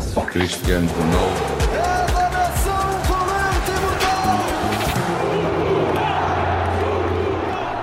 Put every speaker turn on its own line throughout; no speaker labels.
13, Cristiano Ronaldo.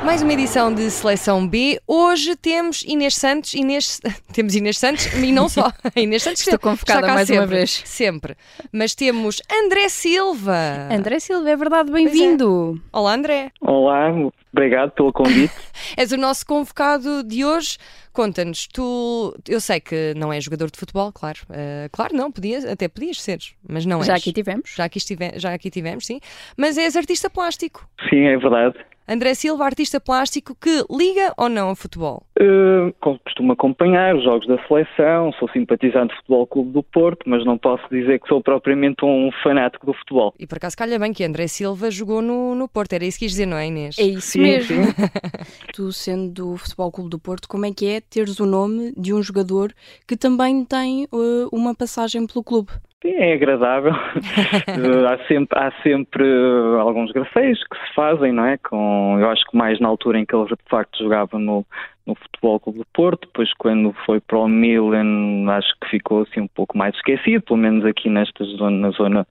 Mais uma edição de Seleção B. Hoje temos Inês Santos, Inês temos Inês Santos e não só. A Inês Santos
Estou
está-
convocada
está cá
mais uma
sempre,
vez.
Sempre. Mas temos André Silva.
André Silva, é verdade, bem-vindo.
Olá, André.
Olá, obrigado pelo convite.
És o nosso convocado de hoje. Conta-nos, tu. Eu sei que não és jogador de futebol, claro. Ah, claro, não, podias, até podias ser, mas não
é. Já
és.
aqui tivemos.
já, aqui estive, já aqui tivemos, sim. Mas és artista plástico.
Sim, é verdade.
André Silva, artista plástico, que liga ou não a futebol?
Eh, co- costumo acompanhar os jogos da seleção, sou simpatizante do Futebol Clube do Porto, mas não posso dizer que sou propriamente um fanático do futebol.
E por acaso calha bem que André Silva jogou no, no Porto, era isso que quis dizer, não é Inês?
É isso
Sim,
mesmo.
sim.
Tu, sendo do Futebol Clube do Porto, como é que é teres o nome de um jogador que também tem eh, uma passagem pelo clube?
Sim, é agradável. Eh, há sempre, há sempre eh, alguns gracejos que se fazem, não é? Com, eu acho que mais na altura em que ele de facto jogava no, no Futebol Clube do Porto, depois quando foi para o Milan, acho que ficou assim um pouco mais esquecido, pelo menos aqui nesta zona, na zona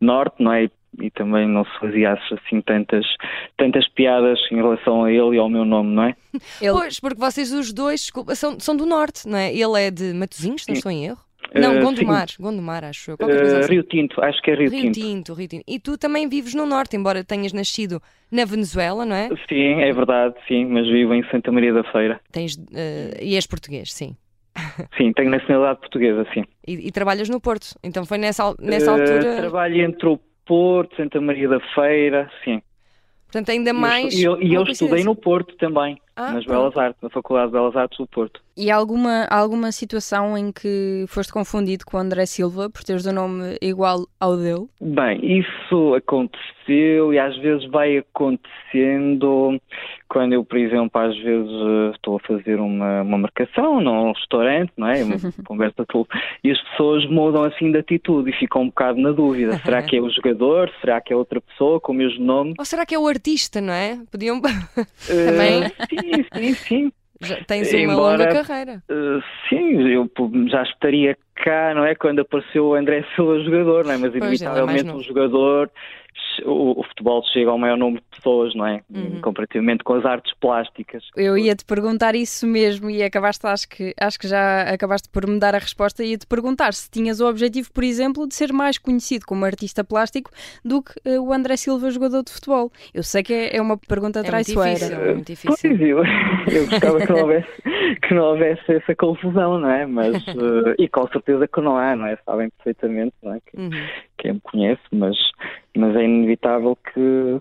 norte, não é? E, e também não se fazia assim tantas, tantas piadas em relação a ele e ao meu nome, não é?
Ele-
Pois, porque vocês os dois desculpa, são, são do Norte, não é? Ele é de Matosinhos, não
Sim.
estou em erro?
Eh,
Não,
sim.
Gondomar, Gondomar, acho eu. Qualquer coisa
Eh,
assim.
Rio Tinto, acho que é Rio,
Rio
Tinto.
Tinto, Rio Tinto. E tu também vives no Norte, embora tenhas nascido na Venezuela, não é?
Sim, é verdade, sim, mas vivo em Santa Maria da Feira.
Tens, eh, e és português, sim.
Sim, tenho nacionalidade portuguesa, sim.
E, e trabalhas no Porto. Então foi nessa, al- nessa
Eh,
altura.
Trabalho entre o Porto, Santa Maria da Feira, sim.
Portanto, ainda mais.
E eu, e
uma
eu estudei
coincidência.
no Porto também,
Ah,
nas
pronto.
Belas Artes, na Faculdade de Belas Artes do Porto.
E há alguma, há alguma situação em que foste confundido com André Silva por teres o nome igual ao dele?
Bem, isso aconteceu e às vezes vai acontecendo quando eu, por exemplo, às vezes eh, estou a fazer uma, uma marcação num restaurante, não é? Uma conversa tudo, e as pessoas mudam assim de atitude e ficam um bocado na dúvida. Será que é o jogador? Será que é outra pessoa com o mesmo nome?
Ou será que é o artista, não é? Podiam.
Eh,
Também.
sim, sim, sim.
Já tens uma
Embora-
longa carreira.
Uh, sim, eu p- já estaria cá, não é? Quando apareceu o André Silva jogador, não é? Mas
ele é mais
inevitavelmente
novo.
um jogador, che- o, o futebol chega ao maior número de pessoas, não é?
Uhum.
Comparativamente com as artes plásticas.
Eu ia te perguntar isso mesmo e acabaste, acho que, acho que já acabaste por me dar a resposta. Ia te perguntar se tinhas o objetivo, por exemplo, de ser mais conhecido como artista plástico do que eh, o André Silva, jogador de futebol. Eu sei que é, é uma pergunta
É muito
traiçoeira.
difícil, é muito
Pois,
difícil.
eu, eu gostava que não, houvesse, que não houvesse essa confusão, não é? Mas, uh, e com certeza que não há, não é? Sabem perfeitamente, não é? Que-
Uhum.
quem me conhece, mas, mas é inevitável que,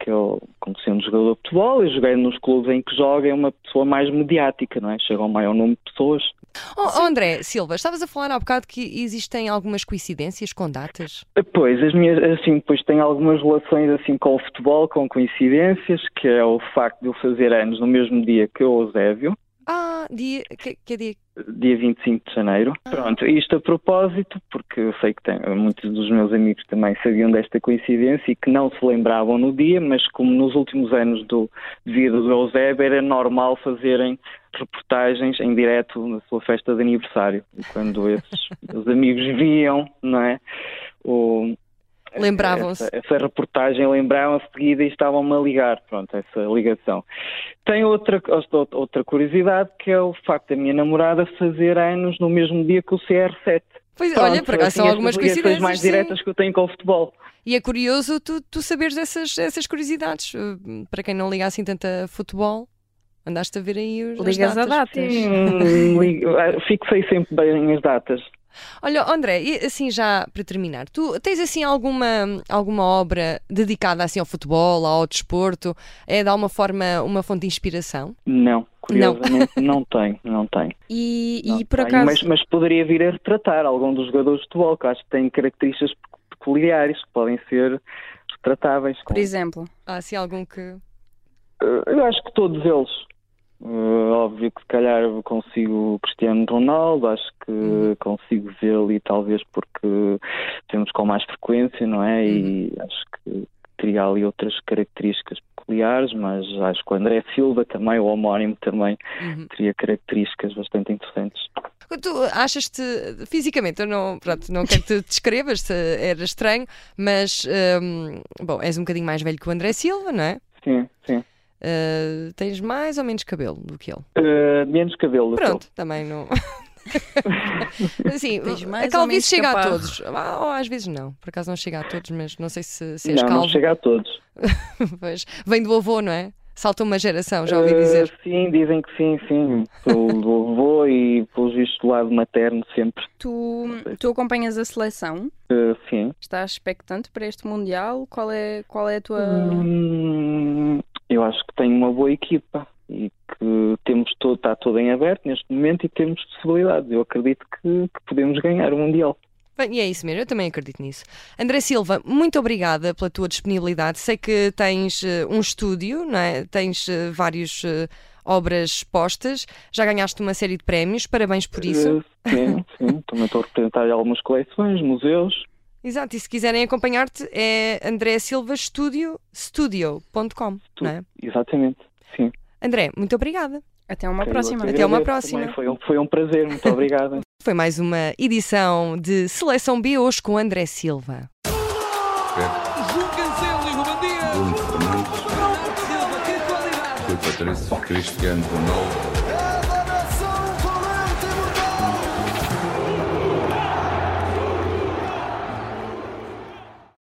que eu, como sendo jogador de futebol e joguei nos clubes em que jogo, é uma pessoa mais mediática, não é? Chega ao maior número de pessoas.
Oh, oh, André Silva, estavas a falar há bocado que existem algumas coincidências com datas?
Pois, as minhas, assim, depois tenho algumas relações assim com o futebol, com coincidências, que é o facto de eu fazer anos no mesmo dia que o Eusébio,
Ah, dia. Que, que dia?
dia 25 de janeiro. Pronto, isto a propósito, porque eu sei que tem, muitos dos meus amigos também sabiam desta coincidência e que não se lembravam no dia, mas como nos últimos anos do, de vida do Eusébio era normal fazerem reportagens em direto na sua festa de aniversário. E quando esses meus amigos viam, não é? O,
Lembravam-se.
essa, essa reportagem lembraram a seguida e estavam-me a ligar, pronto, essa ligação. Tem outra, outra curiosidade que é o facto da minha namorada fazer anos no mesmo dia que o CR7.
Pois,
Pronto,
olha, por acaso são
assim,
algumas
as ligações
coincidências.
mais
sim.
diretas que eu tenho com o futebol.
E é curioso tu, tu saberes essas, essas curiosidades. Uh, Para quem não liga assim tanto a futebol, andaste a ver aí os, as
Ligas a
datas.
datas.
Sim, ligo- ah, fixei sempre bem as datas.
Olha, André, e assim já para terminar, tu tens assim alguma, alguma obra dedicada assim ao futebol, ao desporto? É de alguma forma uma fonte de inspiração?
Não, curiosamente não, tenho, não tenho.
E,
não
e por
tenho,
acaso.
Mas, mas poderia vir a retratar algum dos jogadores de futebol, que acho que têm características peculiares que podem ser retratáveis.
Por
com-
exemplo,
Há assim algum que.
Eh, Eu acho que todos eles. Eh, óbvio que se calhar eu consigo o Cristiano Ronaldo, acho que
Uhum.
consigo vê-lo e talvez porque temos com mais frequência, não é? E
Uhum.
acho que teria ali outras características peculiares, mas acho que o André Silva também, o homónimo também,
Uhum.
teria características bastante interessantes.
Tu achas-te fisicamente, eu não, pronto, não quero que te descrevas, se era estranho, mas hum, bom, és um bocadinho mais velho que o André Silva, não é?
Sim, sim.
Ah, tens mais ou menos cabelo do que ele.
Eh, menos cabelo.
Pronto, também não. assim,
Tens mais
a
ou
calvície
menos
chega a
caparro.
todos. Ah, Ou às vezes não, por acaso não chega a todos, mas não sei se, se
Não,
és
não
calvo.
chega a todos.
Pois. Vem do avô, não é? Saltou uma geração, já ouvi dizer.
Eh, sim, dizem que sim, sim. Pelo do avô e pelos vistos do lado materno sempre.
Tu, tu acompanhas a seleção?
Eh, sim.
Estás expectante para este Mundial? Qual é, qual é a tua.
Hum.
Hum, eu acho que tem uma boa equipa e que temos todo, está tudo em aberto neste momento e temos possibilidades. Eu acredito que, que podemos ganhar o Mundial.
Bem, e é isso mesmo, eu também acredito nisso. André Silva, muito obrigada pela tua disponibilidade. Sei que tens eh, um estúdio, não é? Tens eh, várias eh, obras postas, já ganhaste uma série de prémios, parabéns por isso.
Eh, sim, sim. Também estou a representar algumas coleções, museus.
Exato, e se quiserem acompanhar-te é André Silva Studio, studio.com, não é?
Exatamente. Sim.
André, muito obrigada.
Até uma
Ok, eu
próxima.
te
Até uma
agradeço também.
próxima.
Foi, um- foi um prazer. Muito obrigada.
Foi mais uma edição de Seleção B hoje com André Silva.
Pedro,
Júlio Cancelo e Ruben Dias.
Bruno Fernandes,
Silva, que qualidade!
Rui Patrício, Cristiano Ronaldo,